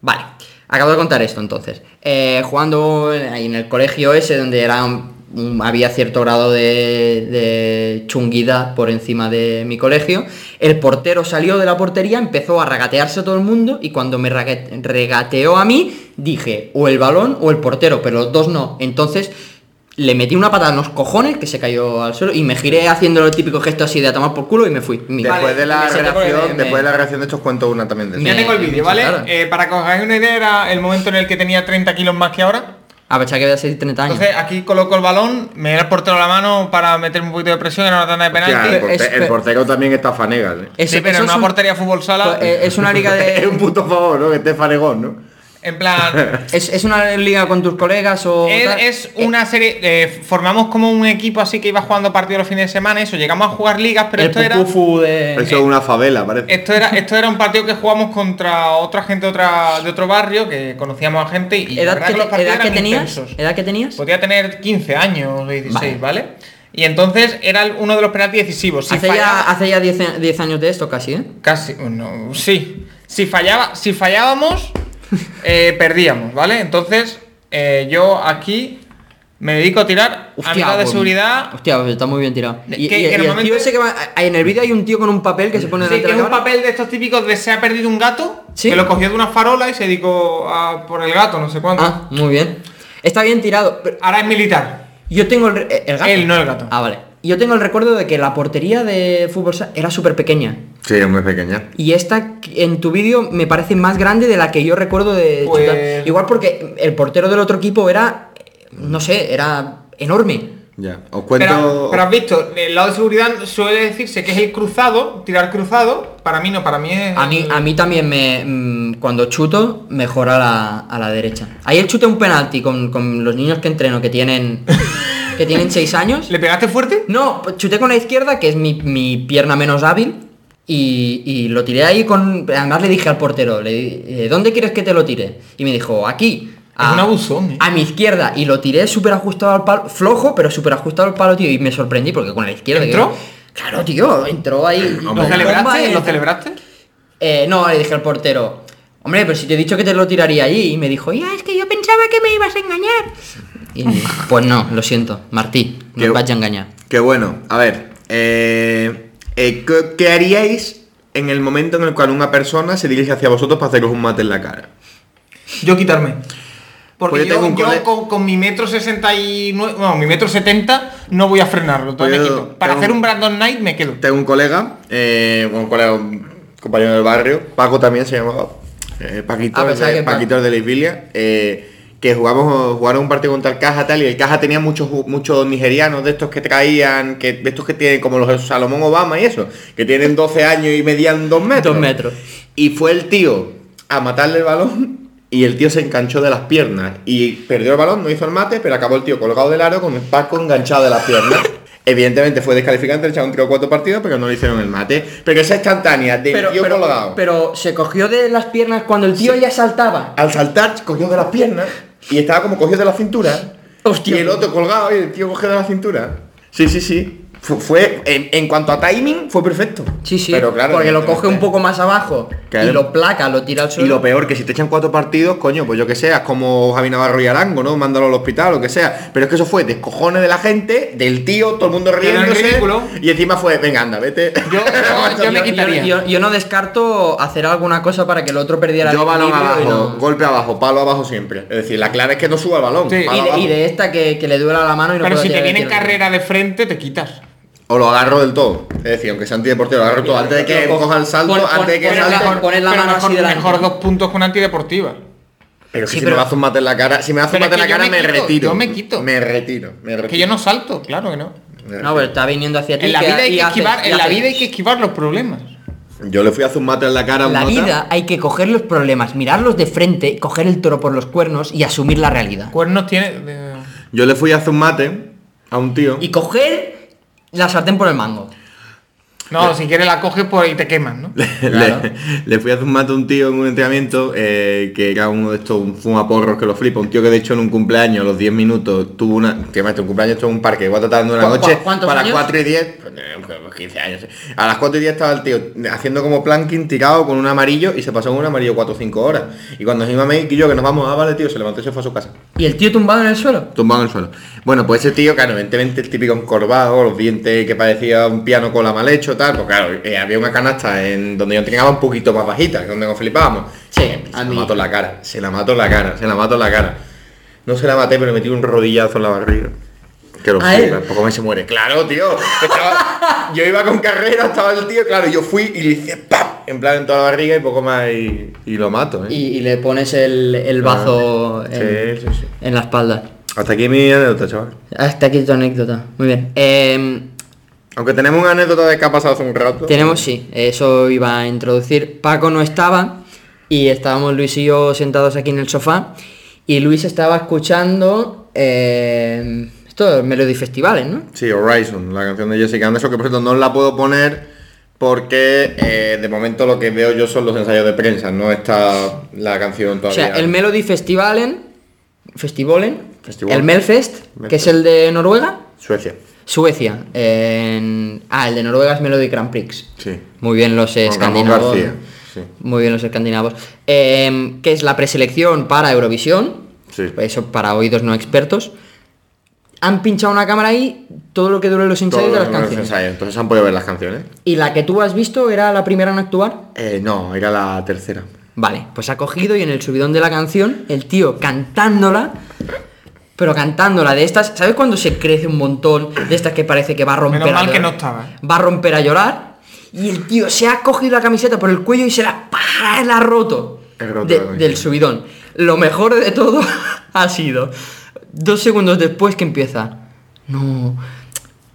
[SPEAKER 2] Vale, acabo de contar esto entonces. Eh, jugando en- ahí en el colegio ese donde era un- mm, había cierto grado de, de chunguidad por encima de mi colegio. El portero salió de la portería, empezó a regatearse a todo el mundo y cuando me ragate- regateó a mí, dije o el balón o el portero, pero los dos no. Entonces le metí una patada en los cojones que se cayó al suelo y me giré haciendo el típico gesto así de a tomar por culo y me fui. Mi-
[SPEAKER 4] Después
[SPEAKER 3] Vale,
[SPEAKER 4] de la
[SPEAKER 2] me senté por el-
[SPEAKER 4] reacción,
[SPEAKER 2] me-
[SPEAKER 4] después de la reacción de estos cuento una también de
[SPEAKER 3] Ya
[SPEAKER 2] Me-
[SPEAKER 4] esto.
[SPEAKER 3] tengo el vídeo,
[SPEAKER 2] me
[SPEAKER 3] ¿vale?
[SPEAKER 2] chutaron.
[SPEAKER 3] Eh, para que os hagáis una idea, era el momento en el que tenía 30 kilos más que ahora.
[SPEAKER 2] A pesar que voy a ser 30 años.
[SPEAKER 3] Entonces aquí coloco el balón, me da el portero a la mano para meterme un poquito de presión, era una tanda de
[SPEAKER 4] Hostia,
[SPEAKER 3] penalti.
[SPEAKER 4] el, porte-
[SPEAKER 2] es-
[SPEAKER 4] el portero también está fanegal. ¿eh?
[SPEAKER 2] Es-
[SPEAKER 3] sí, pero
[SPEAKER 2] eso
[SPEAKER 3] en una
[SPEAKER 2] es un-
[SPEAKER 3] portería fútbol sala,
[SPEAKER 2] Eh, Es una liga
[SPEAKER 4] Es un
[SPEAKER 2] de.
[SPEAKER 4] puto favor, ¿no? Que esté fanegón, ¿no?
[SPEAKER 3] en plan,
[SPEAKER 2] Es, es una liga con tus colegas o.
[SPEAKER 3] Él
[SPEAKER 2] tal.
[SPEAKER 3] es una serie, eh, formamos como un equipo así que iba jugando partidos los fines de semana, eso, llegamos a jugar ligas,
[SPEAKER 2] Eh,
[SPEAKER 3] pero
[SPEAKER 2] el
[SPEAKER 3] esto era,
[SPEAKER 2] pupufu de.
[SPEAKER 4] Eso es una favela, parece.
[SPEAKER 3] esto era esto era un partido que jugamos contra otra gente de, otra, de otro barrio, que conocíamos a gente y la
[SPEAKER 2] ¿Edad
[SPEAKER 3] verdad
[SPEAKER 2] que,
[SPEAKER 3] que los partidos
[SPEAKER 2] edad que
[SPEAKER 3] eran
[SPEAKER 2] tenías?
[SPEAKER 3] intensos. Pues,
[SPEAKER 2] ¿Edad que tenías?
[SPEAKER 3] Podía tener 15 años,
[SPEAKER 2] Vale.
[SPEAKER 3] 16, ¿vale? Y entonces era el- uno de los penaltis decisivos. Si
[SPEAKER 2] hace,
[SPEAKER 3] fallaba-
[SPEAKER 2] ya, hace ya 10 a- 10 años de esto casi, ¿eh?
[SPEAKER 3] Casi, no, sí. Si, fallaba, si fallábamos, eh, perdíamos, ¿vale? Entonces, eh, yo aquí me dedico a tirar a mitad de
[SPEAKER 2] pues,
[SPEAKER 3] seguridad.
[SPEAKER 2] Hostia, pues está muy bien tirado.
[SPEAKER 3] De-
[SPEAKER 2] Y,
[SPEAKER 3] que-
[SPEAKER 2] y-
[SPEAKER 3] que
[SPEAKER 2] y el
[SPEAKER 3] normalmente-
[SPEAKER 2] tío ese que va. a- En el vídeo hay un tío con un papel que se pone
[SPEAKER 3] Sí,
[SPEAKER 2] delante
[SPEAKER 3] que
[SPEAKER 2] de
[SPEAKER 3] es
[SPEAKER 2] la
[SPEAKER 3] un
[SPEAKER 2] cámara.
[SPEAKER 3] papel de estos típicos de se ha perdido un gato,
[SPEAKER 2] Sí.
[SPEAKER 3] que lo cogió de una farola y se dedicó a por el gato, no sé cuánto.
[SPEAKER 2] Ah, muy bien. Está bien tirado. pero
[SPEAKER 3] Ahora es militar.
[SPEAKER 2] Yo tengo el. re- eh, El gato.
[SPEAKER 3] Él, no el gato.
[SPEAKER 2] Ah, vale. Yo tengo el recuerdo de que la portería de fútbol sa- era súper pequeña.
[SPEAKER 4] Sí, es muy pequeña.
[SPEAKER 2] Y esta en tu vídeo me parece más grande de la que yo recuerdo de
[SPEAKER 3] Pues-
[SPEAKER 2] chutar. Igual porque el portero del otro equipo era, no sé, era enorme.
[SPEAKER 4] Ya. Os
[SPEAKER 3] Pero,
[SPEAKER 4] cuento.
[SPEAKER 3] pero has visto, el lado de seguridad suele decirse que es el cruzado, tirar cruzado. Para mí no, para mí es.
[SPEAKER 2] A mí, a mí también me mm, cuando chuto, mejor a la, a la derecha. Ayer chuté un penalti con, con los niños que entreno que tienen que tienen 6 años.
[SPEAKER 3] ¿Le pegaste fuerte?
[SPEAKER 2] No, chuté con la izquierda, que es mi, mi pierna menos hábil. Y, y lo tiré ahí con. Además le dije al portero, le di- eh, ¿dónde quieres que te lo tire? Y me dijo, aquí.
[SPEAKER 3] Es un abusón, eh.
[SPEAKER 2] A mi izquierda. Y lo tiré súper ajustado al palo. Flojo, pero súper ajustado al palo, tío. Y me sorprendí porque con la izquierda. que-
[SPEAKER 3] ¿Entró?
[SPEAKER 2] claro, tío, entró ahí.
[SPEAKER 4] Hombre.
[SPEAKER 3] Eh, ¿Lo
[SPEAKER 2] Bomba
[SPEAKER 3] celebraste?
[SPEAKER 2] y-
[SPEAKER 3] ¿Lo celebraste?
[SPEAKER 2] Eh, no, le dije al portero. Hombre, pero si te he dicho que te lo tiraría allí. Y me dijo, ya, es que yo pensaba que me ibas a engañar. Y, pues no, lo siento, Martí, no
[SPEAKER 4] Qué-
[SPEAKER 2] vas a engañar.
[SPEAKER 4] Que bueno, a ver. eh, eh, ¿qué, qué haríais en el momento en el cual una persona se dirige hacia vosotros para haceros un mate en la cara?
[SPEAKER 3] Yo quitarme. Porque
[SPEAKER 4] Pues yo
[SPEAKER 3] yo,
[SPEAKER 4] tengo un
[SPEAKER 3] yo
[SPEAKER 4] cole-
[SPEAKER 3] con, con mi metro 69, no, mi metro 70 no voy a frenarlo, todo
[SPEAKER 4] Pues
[SPEAKER 3] me
[SPEAKER 4] yo
[SPEAKER 3] quito. Para
[SPEAKER 4] tengo-
[SPEAKER 3] hacer un Brandon Knight me quedo.
[SPEAKER 4] Tengo Este un colega, eh, un colega, un compañero del barrio, Paco también se llamaba, eh, Paquito,
[SPEAKER 2] Ah,
[SPEAKER 4] el
[SPEAKER 2] pensaba
[SPEAKER 4] de-
[SPEAKER 2] que Paco.
[SPEAKER 4] Paquito el de la Ibilia, eh, que jugamos, jugaron un partido contra el Caja tal, y el Caja tenía muchos ju- muchos nigerianos de estos que traían, que, de estos que tienen como los de Salomón Obama y eso, que tienen 12 años y medían 2 metros.
[SPEAKER 2] Dos metros.
[SPEAKER 4] Y fue el tío a matarle el balón. Y el tío se enganchó de las piernas y perdió el balón, no hizo el mate, pero acabó el tío colgado del aro con el Paco enganchado de las piernas. Evidentemente fue descalificante, le echaron tres o cuatro partidos, pero no le hicieron el mate. Pero esa instantánea del
[SPEAKER 2] pero,
[SPEAKER 4] tío
[SPEAKER 2] pero-
[SPEAKER 4] colgado
[SPEAKER 2] pero se cogió de las piernas cuando el tío ya saltaba.
[SPEAKER 4] al saltar cogió de las piernas y estaba como cogido de la cintura.
[SPEAKER 2] Hostia.
[SPEAKER 4] Y el otro colgado y el tío cogido de la cintura. Sí, sí, sí. Fu- Fue, en, en cuanto a timing, fue perfecto.
[SPEAKER 2] Sí, sí,
[SPEAKER 4] Pero claro,
[SPEAKER 2] porque lo coge un
[SPEAKER 4] evidentemente.
[SPEAKER 2] poco más abajo
[SPEAKER 4] Claro.
[SPEAKER 2] y lo placa, lo tira al
[SPEAKER 4] Y
[SPEAKER 2] suelo.
[SPEAKER 4] lo peor, que si te echan cuatro partidos, coño, pues yo que sea, es como Javi Navarro y Arango, ¿no? Mándalo al hospital, lo que sea. Pero es que eso fue descojones de la gente, del tío, todo el mundo
[SPEAKER 3] Era el
[SPEAKER 4] riéndose.
[SPEAKER 3] ridículo.
[SPEAKER 4] Y encima fue, venga, anda, vete.
[SPEAKER 3] Yo- yo- yo me quitaría.
[SPEAKER 2] yo- yo no descarto hacer alguna cosa para que el otro perdiera
[SPEAKER 4] Yo
[SPEAKER 2] el
[SPEAKER 4] balón
[SPEAKER 2] equilibrio y
[SPEAKER 4] abajo,
[SPEAKER 2] no-
[SPEAKER 4] golpe abajo, palo abajo siempre. Es decir, la clave es que no suba el balón.
[SPEAKER 3] Sí.
[SPEAKER 4] palo
[SPEAKER 2] Y de, y
[SPEAKER 4] abajo.
[SPEAKER 2] de esta que, que le duela la mano y no
[SPEAKER 3] Pero
[SPEAKER 2] pueda
[SPEAKER 3] si te
[SPEAKER 2] tirar el
[SPEAKER 3] viene en
[SPEAKER 2] tiro.
[SPEAKER 3] carrera de frente, te quitas.
[SPEAKER 4] O lo agarro del todo. Es decir, aunque sea antideportivo, lo agarro todo. Antes de que
[SPEAKER 2] Pon-
[SPEAKER 4] coja el salto,
[SPEAKER 2] pon-
[SPEAKER 4] antes de que
[SPEAKER 2] pon-
[SPEAKER 3] Pero
[SPEAKER 2] la-
[SPEAKER 4] salte.
[SPEAKER 3] mejor-
[SPEAKER 2] poner la
[SPEAKER 3] pero
[SPEAKER 2] mano
[SPEAKER 3] mejor,
[SPEAKER 2] así delante.
[SPEAKER 3] Mejor dos puntos con antideportiva.
[SPEAKER 4] Pero que
[SPEAKER 2] Sí,
[SPEAKER 4] si
[SPEAKER 2] pero-
[SPEAKER 4] me hace un mate en la cara, si me hace un
[SPEAKER 3] Pero
[SPEAKER 4] mate en
[SPEAKER 3] es
[SPEAKER 4] la
[SPEAKER 3] que
[SPEAKER 4] cara,
[SPEAKER 3] yo
[SPEAKER 4] me
[SPEAKER 3] me quito,
[SPEAKER 4] retiro.
[SPEAKER 3] yo me quito.
[SPEAKER 4] Me retiro, me retiro.
[SPEAKER 3] Que yo no salto, claro que no.
[SPEAKER 4] Me
[SPEAKER 2] No, pero está viniendo hacia ti.
[SPEAKER 3] En la
[SPEAKER 2] que-
[SPEAKER 3] vida hay
[SPEAKER 2] y
[SPEAKER 3] que
[SPEAKER 2] hace-
[SPEAKER 3] esquivar,
[SPEAKER 2] y
[SPEAKER 3] en la
[SPEAKER 2] hace-
[SPEAKER 3] vida hay que esquivar los problemas.
[SPEAKER 4] Yo le fui a hacer un mate en la cara a un
[SPEAKER 2] La
[SPEAKER 4] nota.
[SPEAKER 2] vida hay que coger los problemas, mirarlos de frente, coger el toro por los cuernos y asumir la realidad.
[SPEAKER 3] Cuernos tiene. eh,
[SPEAKER 4] Yo le fui a hacer un mate a un tío.
[SPEAKER 2] Y coger la sartén por el mango.
[SPEAKER 3] No, si quieres la coges por y te queman, ¿no?
[SPEAKER 4] Le-
[SPEAKER 2] Claro.
[SPEAKER 4] Le, fui a hacer un mate a un tío en un entrenamiento eh, que era uno de estos un fumaporros que lo flipa. Un tío que de hecho en un cumpleaños a los 10 minutos tuvo una. Que mate, un cumpleaños estuvo en un parque, cuatro tratando una
[SPEAKER 2] ¿Cu- cu-
[SPEAKER 4] noche.
[SPEAKER 2] cuántos
[SPEAKER 4] para
[SPEAKER 2] años?
[SPEAKER 4] 4 y 10. pues, eh, pues, 15 años. eh. A las 4 y 10 estaba el tío haciendo como planking tirado con un amarillo y se pasó con un amarillo 4 o 5 horas. Y cuando nos iba a y yo que nos vamos, ah, vale, tío, se levantó y se fue a su casa.
[SPEAKER 2] ¿Y el tío tumbado en el suelo?
[SPEAKER 4] Tumbado en el suelo. Bueno, pues ese tío, claro, evidentemente el típico encorvado, los dientes que parecía un piano cola mal hecho, tal, pues claro, eh, había una canasta en donde yo entrenaba un poquito más bajita, que es donde nos flipábamos.
[SPEAKER 2] Sí,
[SPEAKER 4] se
[SPEAKER 2] a
[SPEAKER 4] la
[SPEAKER 2] mí.
[SPEAKER 4] mato en la cara, se la mato en la cara, se la mato en la cara. No se la maté, pero me metí un rodillazo en la barriga. Que lo
[SPEAKER 2] ¿A él?
[SPEAKER 4] flipa, poco más se muere. Claro, tío. estaba- yo iba con carrera, estaba el tío, claro, yo fui y le hice ¡pam! En plan en toda la barriga y poco más y, y lo mato, ¿eh?
[SPEAKER 2] Y, y le pones el, el bazo en,
[SPEAKER 4] Sí, sí, sí.
[SPEAKER 2] en la espalda.
[SPEAKER 4] Hasta aquí mi anécdota, chaval.
[SPEAKER 2] Hasta aquí tu anécdota. Muy bien. Em,
[SPEAKER 4] Aunque tenemos una anécdota de que ha pasado hace un rato.
[SPEAKER 2] Tenemos, sí, eso iba a introducir. Paco no estaba y estábamos Luis y yo sentados aquí en el sofá y Luis estaba escuchando eh, estos Melody Festivales, ¿no?
[SPEAKER 4] Sí, Horizon, la canción de Jessica Anderson, que por cierto no la puedo poner porque eh, de momento lo que veo yo son los ensayos de prensa, no está la canción
[SPEAKER 2] o
[SPEAKER 4] todavía.
[SPEAKER 2] sea, el Melody Festivalen, Festivalen,
[SPEAKER 4] Festival.
[SPEAKER 2] el Melfest, que
[SPEAKER 4] Melfest.
[SPEAKER 2] es el de Noruega,
[SPEAKER 4] Suecia.
[SPEAKER 2] Suecia, en- ah, el de Noruega es Melody Grand Prix.
[SPEAKER 4] Sí.
[SPEAKER 2] Muy bien los
[SPEAKER 4] Con Ramón
[SPEAKER 2] escandinavos.
[SPEAKER 4] García, sí.
[SPEAKER 2] Muy bien los escandinavos. Em, que es la preselección para Eurovisión.
[SPEAKER 4] Sí.
[SPEAKER 2] Eso para oídos no expertos. Han pinchado una cámara ahí todo lo que dure los
[SPEAKER 4] Todos
[SPEAKER 2] ensayos de las
[SPEAKER 4] los
[SPEAKER 2] canciones.
[SPEAKER 4] ensayos, entonces han podido ver las canciones.
[SPEAKER 2] ¿Y la que tú has visto era la primera en actuar?
[SPEAKER 4] Eh, no, era la tercera.
[SPEAKER 2] Vale, pues ha cogido y en el subidón de la canción, el tío cantándola, pero cantándola de estas, ¿sabes cuando se crece un montón? De estas que parece que va a romper
[SPEAKER 3] Menos mal
[SPEAKER 2] a
[SPEAKER 3] que
[SPEAKER 2] llorar.
[SPEAKER 3] no estaba. ¿eh?
[SPEAKER 2] Va a romper a llorar. Y el tío se ha cogido la camiseta por el cuello y se la, ¡pah! la ha roto.
[SPEAKER 4] He roto
[SPEAKER 2] de-
[SPEAKER 4] la camiseta.
[SPEAKER 2] del subidón. Lo mejor de todo ha sido dos segundos después que empieza. No,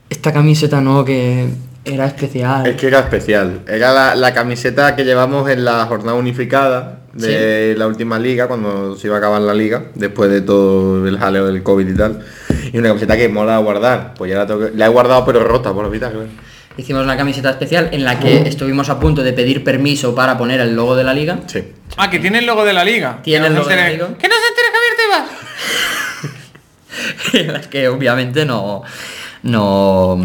[SPEAKER 2] esta camiseta no, que era especial.
[SPEAKER 4] Es que era especial. Era la, la camiseta que llevamos en la jornada unificada de la última liga, cuando se iba a acabar la liga, después de todo el jaleo del COVID y tal. Y una camiseta que mola guardar. Pues ya la tengo que- La he guardado pero rota por la mitad, claro.
[SPEAKER 2] Hicimos una camiseta especial en la que estuvimos a punto de pedir permiso para poner el logo de la liga.
[SPEAKER 4] Sí.
[SPEAKER 3] Ah, que tiene el logo de la liga.
[SPEAKER 2] Tiene
[SPEAKER 3] Que
[SPEAKER 2] el
[SPEAKER 3] no
[SPEAKER 2] logo
[SPEAKER 3] se
[SPEAKER 2] de la
[SPEAKER 3] entere-
[SPEAKER 2] liga.
[SPEAKER 3] Que no se entere Javier Tebas.
[SPEAKER 2] en las que obviamente no, no,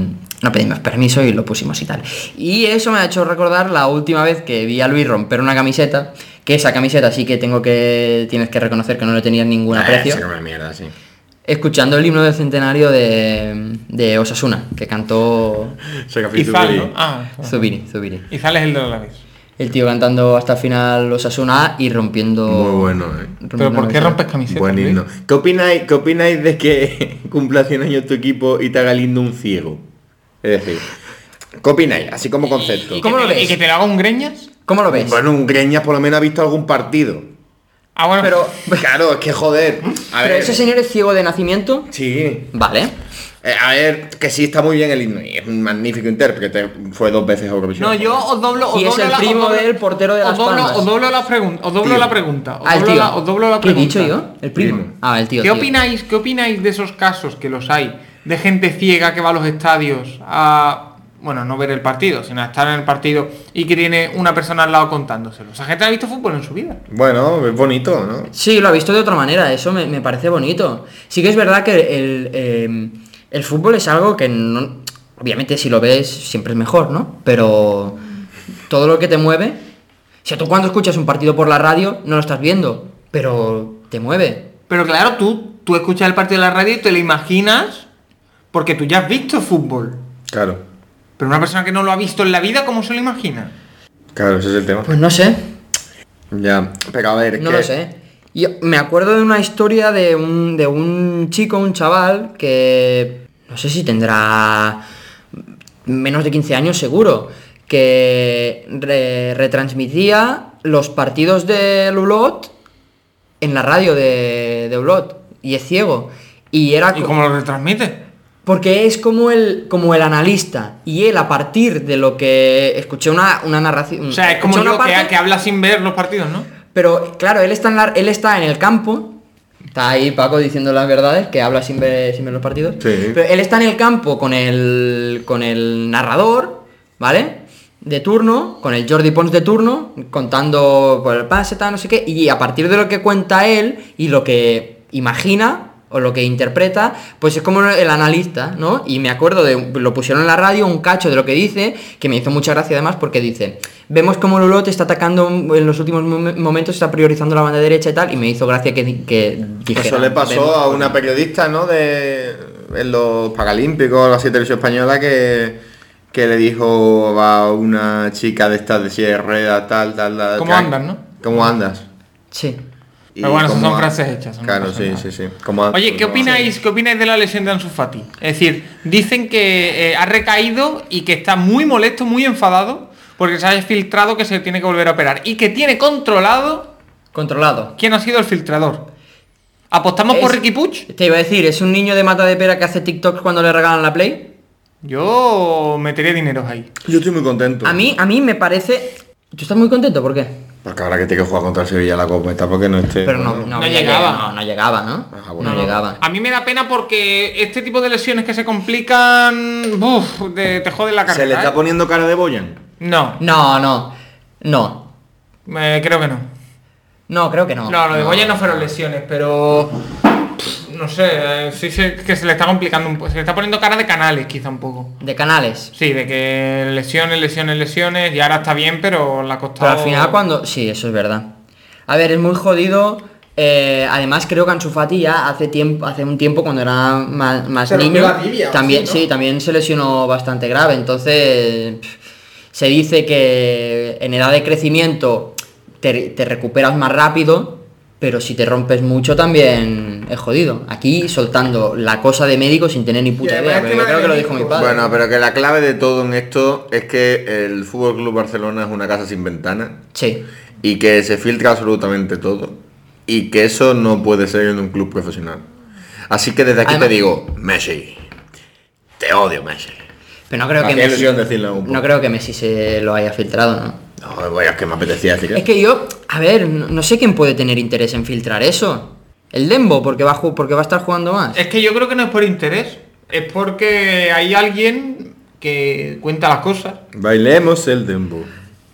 [SPEAKER 2] no pedimos permiso y lo pusimos y tal. Y eso me ha hecho recordar la última vez que vi a Luis romper una camiseta, que esa camiseta sí que tengo que, tienes que reconocer que no le tenía ningún
[SPEAKER 4] Ah,
[SPEAKER 2] aprecio,
[SPEAKER 4] sí, que una mierda, sí.
[SPEAKER 2] escuchando el himno del centenario de, de Osasuna, que cantó
[SPEAKER 3] Izal, ¿no? Ah,
[SPEAKER 2] Zubiri, Zubiri.
[SPEAKER 3] Izal es el de la vez.
[SPEAKER 2] El tío cantando hasta el final Osasuna y rompiendo...
[SPEAKER 4] Muy bueno, eh.
[SPEAKER 3] Pero
[SPEAKER 2] rompiendo
[SPEAKER 3] ¿por
[SPEAKER 2] la
[SPEAKER 3] qué
[SPEAKER 2] camiseta.
[SPEAKER 3] rompes camisetas? ¿eh?
[SPEAKER 4] Buen
[SPEAKER 3] Luis?
[SPEAKER 4] himno. ¿Qué opináis, ¿Qué opináis de que cumpla 100 años tu equipo y te haga lindo un ciego? Es decir, ¿qué opináis? Así como concepto.
[SPEAKER 3] ¿Y
[SPEAKER 2] ¿Cómo
[SPEAKER 3] que
[SPEAKER 2] lo
[SPEAKER 3] te-
[SPEAKER 2] ves?
[SPEAKER 3] ¿Y que te lo haga un greñas?
[SPEAKER 2] ¿Cómo lo ves?
[SPEAKER 4] Bueno, un Greñas por lo menos ha visto algún partido.
[SPEAKER 3] Ah, bueno,
[SPEAKER 4] Pero, claro, es que joder. A
[SPEAKER 2] ¿Pero
[SPEAKER 4] ver,
[SPEAKER 2] ese señor es ciego de nacimiento?
[SPEAKER 4] sí.
[SPEAKER 2] Vale.
[SPEAKER 4] Eh, a ver, que sí está muy bien el himno. y es un magnífico intérprete. Fue dos veces Eurovisión.
[SPEAKER 3] No, yo os doblo, os
[SPEAKER 2] Y es
[SPEAKER 3] doblo
[SPEAKER 2] el
[SPEAKER 3] la- os
[SPEAKER 2] primo
[SPEAKER 3] doblo-
[SPEAKER 2] del portero de
[SPEAKER 3] os
[SPEAKER 2] Las
[SPEAKER 3] doblo-
[SPEAKER 2] Palmas.
[SPEAKER 3] Os doblo la pregunta, os doblo
[SPEAKER 4] Tío.
[SPEAKER 3] la pregunta. Os
[SPEAKER 2] Ah, el
[SPEAKER 3] doblo
[SPEAKER 2] tío.
[SPEAKER 3] La, os doblo la
[SPEAKER 2] ¿Qué he
[SPEAKER 3] pregunta.
[SPEAKER 2] dicho yo? El primo.
[SPEAKER 4] Primo.
[SPEAKER 2] Ah, el tío.
[SPEAKER 3] ¿Qué
[SPEAKER 2] tío.
[SPEAKER 3] opináis, ¿Qué opináis de esos casos que los hay de gente ciega que va a los estadios a bueno, no ver el partido, sino a estar en el partido y que tiene una persona al lado contándoselo? Esa gente no ha visto fútbol en su vida.
[SPEAKER 4] Bueno, es bonito, ¿no?
[SPEAKER 2] Sí, lo ha visto de otra manera, eso me, me parece bonito. Sí que es verdad que el, eh, el fútbol es algo que no- Obviamente si lo ves siempre es mejor, ¿no? Pero todo lo que te mueve... O sea, tú cuando escuchas un partido por la radio no lo estás viendo, pero te mueve.
[SPEAKER 3] Pero claro, tú, tú escuchas el partido de la radio y te lo imaginas porque tú ya has visto fútbol.
[SPEAKER 4] Claro.
[SPEAKER 3] Pero una persona que no lo ha visto en la vida, ¿cómo se lo imagina?
[SPEAKER 4] Claro, ese es el tema.
[SPEAKER 2] Pues no sé,
[SPEAKER 4] Ya. Pero a ver, es
[SPEAKER 2] No
[SPEAKER 4] que-
[SPEAKER 2] lo sé. ¿eh? Yo me acuerdo de una historia de un, de un chico, un chaval, que no sé si tendrá menos de 15 años seguro, que re- retransmitía los partidos del Ulot en la radio de, de Ulot y es ciego. Y era
[SPEAKER 3] ¿Y
[SPEAKER 2] Ah, co-
[SPEAKER 3] cómo lo retransmite?
[SPEAKER 2] porque es como el, como el analista. Y él, a partir de lo que escuché una, una narración.
[SPEAKER 3] O sea, es como
[SPEAKER 2] escuché
[SPEAKER 3] yo
[SPEAKER 2] una
[SPEAKER 3] que,
[SPEAKER 2] parte-
[SPEAKER 3] que habla sin ver los partidos, ¿no?
[SPEAKER 2] pero claro, él está en, la- él está en el campo. Está ahí Paco diciendo las verdades, que habla sin ver, sin ver los partidos.
[SPEAKER 4] Sí.
[SPEAKER 2] Pero él está en el campo con el, con el narrador, ¿vale? de turno, con el Jordi Pons de turno, contando por el pase, tal, no sé qué, y a partir de lo que cuenta él y lo que imagina o lo que interpreta, pues es como el analista, ¿no? Y me acuerdo de, lo pusieron en la radio, un cacho de lo que dice, que me hizo mucha gracia además, porque dice, vemos como Lulot está atacando en los últimos mom- momentos, está priorizando la banda derecha y tal, y me hizo gracia que, di- que dijera,
[SPEAKER 4] Eso le
[SPEAKER 2] "Vemos
[SPEAKER 4] pasó a
[SPEAKER 2] como-
[SPEAKER 4] una periodista, ¿no? De en los Paralímpicos, la serie televisión española, que, que le dijo a una chica de estas de silla de ruedas, tal, tal, tal.
[SPEAKER 3] ¿Cómo
[SPEAKER 4] que-
[SPEAKER 3] andas, no?
[SPEAKER 4] ¿Cómo andas?
[SPEAKER 2] Sí.
[SPEAKER 4] Y
[SPEAKER 3] Pero bueno, esas
[SPEAKER 4] cómo
[SPEAKER 3] son
[SPEAKER 4] an-
[SPEAKER 3] frases hechas, son
[SPEAKER 4] Claro,
[SPEAKER 3] frases
[SPEAKER 4] sí,
[SPEAKER 3] nada.
[SPEAKER 4] sí, sí. ¿Cómo an-
[SPEAKER 3] Oye, ¿qué
[SPEAKER 4] cómo
[SPEAKER 3] opináis, ¿qué opináis de la lesión de Ansu Fati? Es decir, dicen que eh, ha recaído y que está muy molesto, muy enfadado, porque se ha filtrado que se tiene que volver a operar y que tiene controlado
[SPEAKER 2] Controlado.
[SPEAKER 3] quién ha sido el filtrador. ¿Apostamos por
[SPEAKER 2] Es-
[SPEAKER 3] Ricky Puch?
[SPEAKER 2] Te iba a decir, es un niño de mata de pera que hace TikToks cuando le regalan la Play.
[SPEAKER 3] Yo metería dinero ahí.
[SPEAKER 4] Yo estoy muy contento.
[SPEAKER 2] A mí, a mí me parece. ¿Tú estás muy contento? ¿Por qué?
[SPEAKER 4] Porque ahora que tiene que jugar contra el Sevilla la Copa, está porque no esté.
[SPEAKER 2] Pero no, no,
[SPEAKER 3] No
[SPEAKER 2] ya
[SPEAKER 3] llegaba.
[SPEAKER 2] llega- No, no llegaba, ¿no?
[SPEAKER 4] Ah, bueno.
[SPEAKER 2] no, llegaba.
[SPEAKER 3] A mí me da pena porque este tipo de lesiones que se complican, ¡buf! te, te joden la carrera.
[SPEAKER 4] ¿Se le está
[SPEAKER 3] ¿eh?
[SPEAKER 4] poniendo cara de Boyan?
[SPEAKER 3] No,
[SPEAKER 2] No, no. No.
[SPEAKER 3] eh, creo que no.
[SPEAKER 2] No, creo que no.
[SPEAKER 3] No, lo de Goya no fueron lesiones, pero pff, no sé, eh, sí sé que se le está complicando un poco, se le está poniendo cara de canales quizá un poco.
[SPEAKER 2] De canales.
[SPEAKER 3] Sí, de que lesiones, lesiones, lesiones, y ahora está bien, pero la ha
[SPEAKER 2] Pero
[SPEAKER 3] costado.
[SPEAKER 2] al final cuando... Sí, eso es verdad. A ver, es muy jodido. eh, además creo que Ansu Fati ya hace tiempo, hace un tiempo cuando era más, más
[SPEAKER 3] Se rompió
[SPEAKER 2] niño,
[SPEAKER 3] la tibia,
[SPEAKER 2] también
[SPEAKER 3] sí, ¿no?
[SPEAKER 2] sí, también se lesionó bastante grave. Entonces pff, se dice que en edad de crecimiento te, te recuperas más rápido, pero si te rompes mucho también es jodido. Aquí soltando la cosa de médico sin tener ni puta
[SPEAKER 3] además
[SPEAKER 2] idea.
[SPEAKER 3] es
[SPEAKER 2] Pero
[SPEAKER 3] tema
[SPEAKER 2] yo creo
[SPEAKER 3] de
[SPEAKER 2] que lo dijo
[SPEAKER 3] médico.
[SPEAKER 2] mi padre.
[SPEAKER 4] Bueno, pero que la clave de todo en esto es que el Fútbol Club Barcelona es una casa sin ventana
[SPEAKER 2] Sí.
[SPEAKER 4] y que se filtra absolutamente todo y que eso no puede ser en un club profesional. Así que desde aquí
[SPEAKER 2] Además-
[SPEAKER 4] te digo, Messi, te odio, Messi.
[SPEAKER 2] Pero no creo que
[SPEAKER 4] Hacía
[SPEAKER 2] Messi,
[SPEAKER 4] ilusión decirlo un poco.
[SPEAKER 2] no creo que Messi se lo haya filtrado, ¿no?
[SPEAKER 4] No, vaya, es que me apetecía decir
[SPEAKER 2] Es que yo, a ver, no, no sé quién puede tener interés en filtrar eso. El Dembo, porque va a, ju- porque va a estar jugando más.
[SPEAKER 3] Es que yo creo que no es por interés, es porque hay alguien que cuenta las cosas.
[SPEAKER 4] Bailemos el dembow.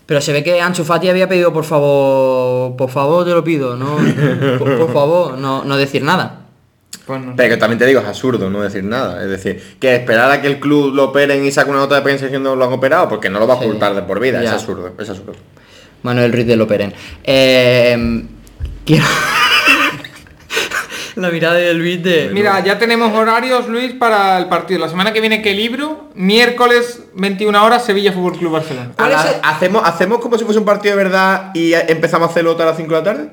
[SPEAKER 2] Pero se ve que Ansu Fati había pedido, por favor, por favor, te lo pido, no, por, por favor, no, no decir nada.
[SPEAKER 3] Pues no sé.
[SPEAKER 4] Pero que también te digo, es absurdo no decir nada. Es decir, que esperar a que el club lo operen y saque una nota de prensa diciendo lo han operado, porque no lo va a
[SPEAKER 2] Sí.
[SPEAKER 4] ocultar de por vida. Es
[SPEAKER 2] Ya.
[SPEAKER 4] absurdo, es absurdo.
[SPEAKER 2] Manuel Ruiz de Loperen. Eh, quiero... La mirada del Luis de...
[SPEAKER 3] Mira, ya tenemos horarios, Luis, para el partido. La semana que viene, ¿qué libro? Miércoles, 21 horas, Sevilla Fútbol Club Barcelona.
[SPEAKER 2] ¿Cuál
[SPEAKER 4] A la-
[SPEAKER 2] es el-
[SPEAKER 4] ¿Hacemos, ¿Hacemos como si fuese un partido de verdad y a- empezamos a hacerlo otra a las 5 de la tarde?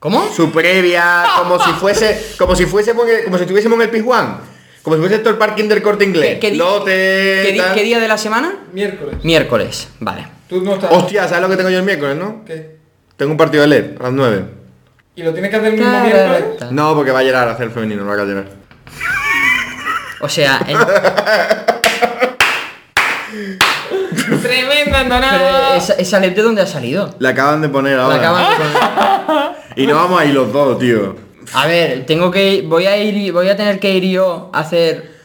[SPEAKER 2] ¿Cómo?
[SPEAKER 4] Su previa, como si fuese, como si fuésemos en el- como si estuviésemos en el Pizjuán. Como si fuese todo el parking del corte inglés.
[SPEAKER 2] ¿Qué, qué di-
[SPEAKER 4] Lote,
[SPEAKER 2] qué di-
[SPEAKER 4] tal.
[SPEAKER 2] qué día de la semana?
[SPEAKER 3] Miércoles.
[SPEAKER 2] Miércoles, vale.
[SPEAKER 3] Tú no estás.
[SPEAKER 4] Hostia, ¿sabes lo que tengo yo el miércoles, no?
[SPEAKER 3] ¿Qué?
[SPEAKER 4] Tengo un partido de LED a las 9.
[SPEAKER 3] ¿Y lo tienes que hacer el mismo miércoles?
[SPEAKER 4] No, porque va a llegar a hacer el femenino, no va a llegar.
[SPEAKER 2] O sea, en-
[SPEAKER 3] Tremenda
[SPEAKER 2] pero
[SPEAKER 3] andanada.
[SPEAKER 2] esa, esa ley de dónde ha salido.
[SPEAKER 4] La acaban de poner
[SPEAKER 2] La
[SPEAKER 4] ahora.
[SPEAKER 2] acaban de poner-
[SPEAKER 4] Y no vamos a ir los dos, tío.
[SPEAKER 2] A ver, tengo que ir- voy a ir voy a tener que ir yo a hacer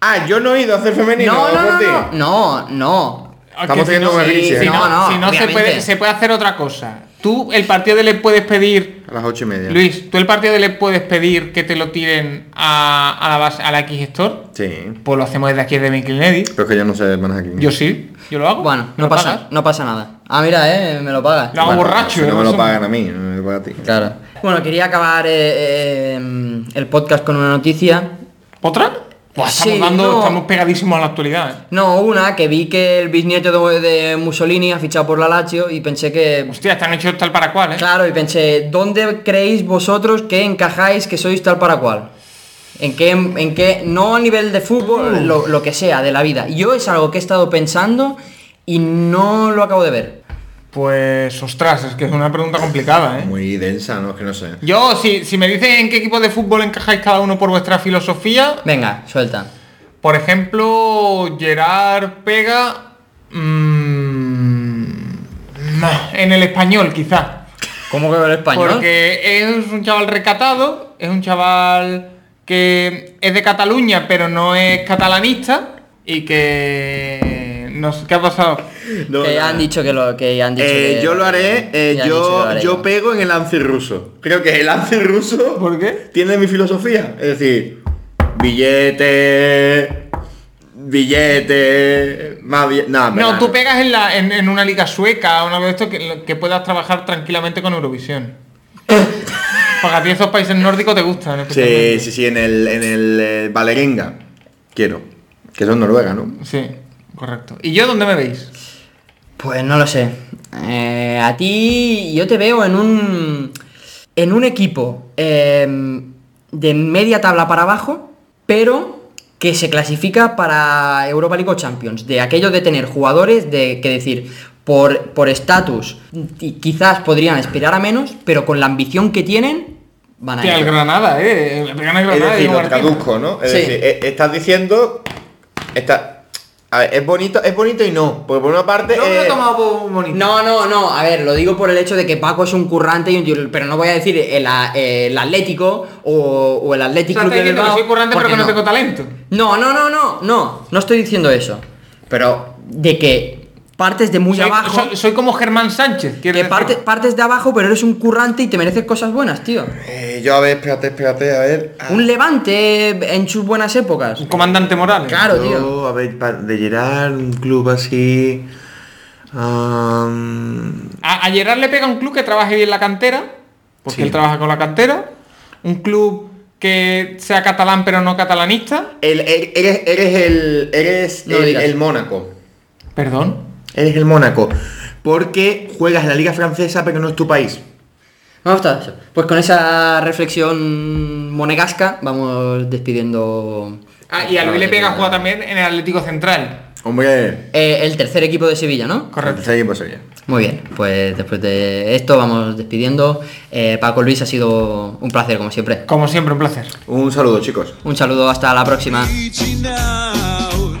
[SPEAKER 4] Ah, yo no he ido a hacer femenino.
[SPEAKER 2] No, no,
[SPEAKER 4] por ti.
[SPEAKER 2] no, no, no.
[SPEAKER 4] Estamos teniendo
[SPEAKER 3] si no-
[SPEAKER 4] una
[SPEAKER 3] si,
[SPEAKER 4] crisis.
[SPEAKER 3] si no,
[SPEAKER 2] No, no,
[SPEAKER 3] si no se,
[SPEAKER 2] obviamente.
[SPEAKER 3] puede, se puede hacer otra cosa. Tú el partido de le puedes pedir,
[SPEAKER 4] A las 8 y media.
[SPEAKER 3] Luis, tú el partido de le puedes pedir que te lo tiren a, a la base, a la X Store.
[SPEAKER 4] Sí.
[SPEAKER 3] Pues lo hacemos desde aquí desde Minclinedi.
[SPEAKER 4] Pero es que yo no sé manejar aquí.
[SPEAKER 3] Yo sí, yo lo hago.
[SPEAKER 2] Bueno,
[SPEAKER 3] ¿Me
[SPEAKER 2] no
[SPEAKER 3] lo
[SPEAKER 2] pasa,
[SPEAKER 3] pagas?
[SPEAKER 2] no pasa nada. Ah, mira, eh, me lo pagas.
[SPEAKER 3] No. hago borracho,
[SPEAKER 4] si
[SPEAKER 3] ¿eh?
[SPEAKER 4] no me
[SPEAKER 3] Eso-
[SPEAKER 4] lo pagan a mí, no me lo pagan a ti.
[SPEAKER 2] Claro. Bueno, quería acabar eh, eh, el podcast con una noticia.
[SPEAKER 3] ¿Otra? Buah, estamos
[SPEAKER 2] Sí,
[SPEAKER 3] dando,
[SPEAKER 2] no.
[SPEAKER 3] estamos pegadísimos a la actualidad. eh.
[SPEAKER 2] No, una que vi que el bisnieto de, de Mussolini ha fichado por la Lazio y pensé que
[SPEAKER 3] Hostia, están hechos tal para cual, eh.
[SPEAKER 2] claro, y pensé, ¿dónde creéis vosotros que encajáis que sois tal para cual? ¿En qué, en qué no a nivel de fútbol, lo, lo que sea, de la vida? Yo es algo que he estado pensando y no lo acabo de ver.
[SPEAKER 3] Pues ostras, es que es una pregunta complicada, eh.
[SPEAKER 4] Muy densa, ¿no? Es que no sé.
[SPEAKER 3] Yo, si, si me dicen en qué equipo de fútbol encajáis cada uno por vuestra filosofía,
[SPEAKER 2] Venga, suelta.
[SPEAKER 3] Por ejemplo, Gerard pega mm, nah, en el español, quizá.
[SPEAKER 2] ¿Cómo que el español?
[SPEAKER 3] Porque es un chaval recatado, es un chaval que es de Cataluña, pero no es catalanista y que Nos, ¿Qué ha pasado?
[SPEAKER 4] No,
[SPEAKER 2] que
[SPEAKER 4] no,
[SPEAKER 2] han
[SPEAKER 4] no.
[SPEAKER 2] dicho que lo que han dicho
[SPEAKER 4] Eh,
[SPEAKER 2] que-
[SPEAKER 4] yo lo haré, eh,
[SPEAKER 2] que han dicho que lo
[SPEAKER 4] yo,
[SPEAKER 2] haré.
[SPEAKER 4] yo pego en el lance ruso. Creo que el lance ruso
[SPEAKER 3] ¿Por qué?
[SPEAKER 4] tiene mi filosofía. Es decir, billete, billete, más billete. No, en
[SPEAKER 3] No,
[SPEAKER 4] verdad,
[SPEAKER 3] tú pegas en, la, en, en una liga sueca o algo de esto que, que puedas trabajar tranquilamente con Eurovisión. Porque a ti esos países nórdicos te
[SPEAKER 4] Sí,
[SPEAKER 3] gustan. especialmente.
[SPEAKER 4] sí, sí, en el, en el eh, Vålerenga. Quiero. Que son Noruega, ¿no?
[SPEAKER 3] Sí, correcto. ¿Y yo dónde me veis?
[SPEAKER 2] Pues no lo sé. Eh, a ti yo te veo en un en un equipo eh, de media tabla para abajo, pero que se clasifica para Europa League o Champions. De aquello de tener jugadores de que decir por por estatus y quizás podrían aspirar a menos, pero con la ambición que tienen van a
[SPEAKER 3] Que al
[SPEAKER 2] ello.
[SPEAKER 3] Granada, eh. El Granada,
[SPEAKER 4] Es
[SPEAKER 3] Granada,
[SPEAKER 4] decir,
[SPEAKER 3] Diego
[SPEAKER 4] lo
[SPEAKER 3] Martínez.
[SPEAKER 4] traduzco, ¿no? Es
[SPEAKER 2] Sí.
[SPEAKER 4] decir, e- estás diciendo. Está, a ver, es bonito, es bonito y no. Porque por una parte.
[SPEAKER 3] No me lo he
[SPEAKER 4] eh,
[SPEAKER 3] tomado por bonito.
[SPEAKER 2] No, no, no, a ver, lo digo por el hecho de que Paco es un currante, y un tío- pero no voy a decir el, a- el Atlético o, o el
[SPEAKER 3] O
[SPEAKER 2] Atlético
[SPEAKER 3] sea, estás diciendo que soy currante pero que no, tengo talento.
[SPEAKER 2] No, no, no, no, no, no estoy diciendo eso. Pero de que partes de muy
[SPEAKER 3] soy,
[SPEAKER 2] abajo,
[SPEAKER 3] soy- soy como Germán Sánchez. quiero
[SPEAKER 2] que
[SPEAKER 3] decir.
[SPEAKER 2] parte- partes de abajo, pero eres un currante y te mereces cosas buenas, tío.
[SPEAKER 4] eh, yo, a ver, espérate, espérate, a ver. Ah,
[SPEAKER 2] Un levante en sus buenas épocas.
[SPEAKER 3] Un Comandante Morales.
[SPEAKER 2] Claro, tío.
[SPEAKER 4] yo, A ver, pa- de Gerard, un club así. am,
[SPEAKER 3] A, a Gerard le pega un club que trabaje bien la cantera, porque
[SPEAKER 4] Sí.
[SPEAKER 3] él trabaja con la cantera. Un club que sea catalán pero no catalanista.
[SPEAKER 4] el- el- eres, eres el. Eres
[SPEAKER 2] No lo
[SPEAKER 4] el,
[SPEAKER 2] digas.
[SPEAKER 4] el Mónaco.
[SPEAKER 3] Perdón.
[SPEAKER 4] Eres el Mónaco. Porque juegas en la Liga Francesa, pero no es tu país.
[SPEAKER 2] Me ha gustado eso. Pues con esa reflexión monegasca vamos despidiendo
[SPEAKER 3] Ah, y a Luis le pega jugar también en el Atlético Central.
[SPEAKER 4] Hombre,
[SPEAKER 2] eh, el tercer equipo de Sevilla, ¿no?
[SPEAKER 3] Correcto.
[SPEAKER 4] sí, pues oye.
[SPEAKER 2] Muy bien, pues después de esto vamos despidiendo. Eh, Paco Luis ha sido un placer, como siempre.
[SPEAKER 3] Como siempre, un placer.
[SPEAKER 4] Un saludo, chicos.
[SPEAKER 2] Un saludo, hasta la próxima.
[SPEAKER 5] reaching out.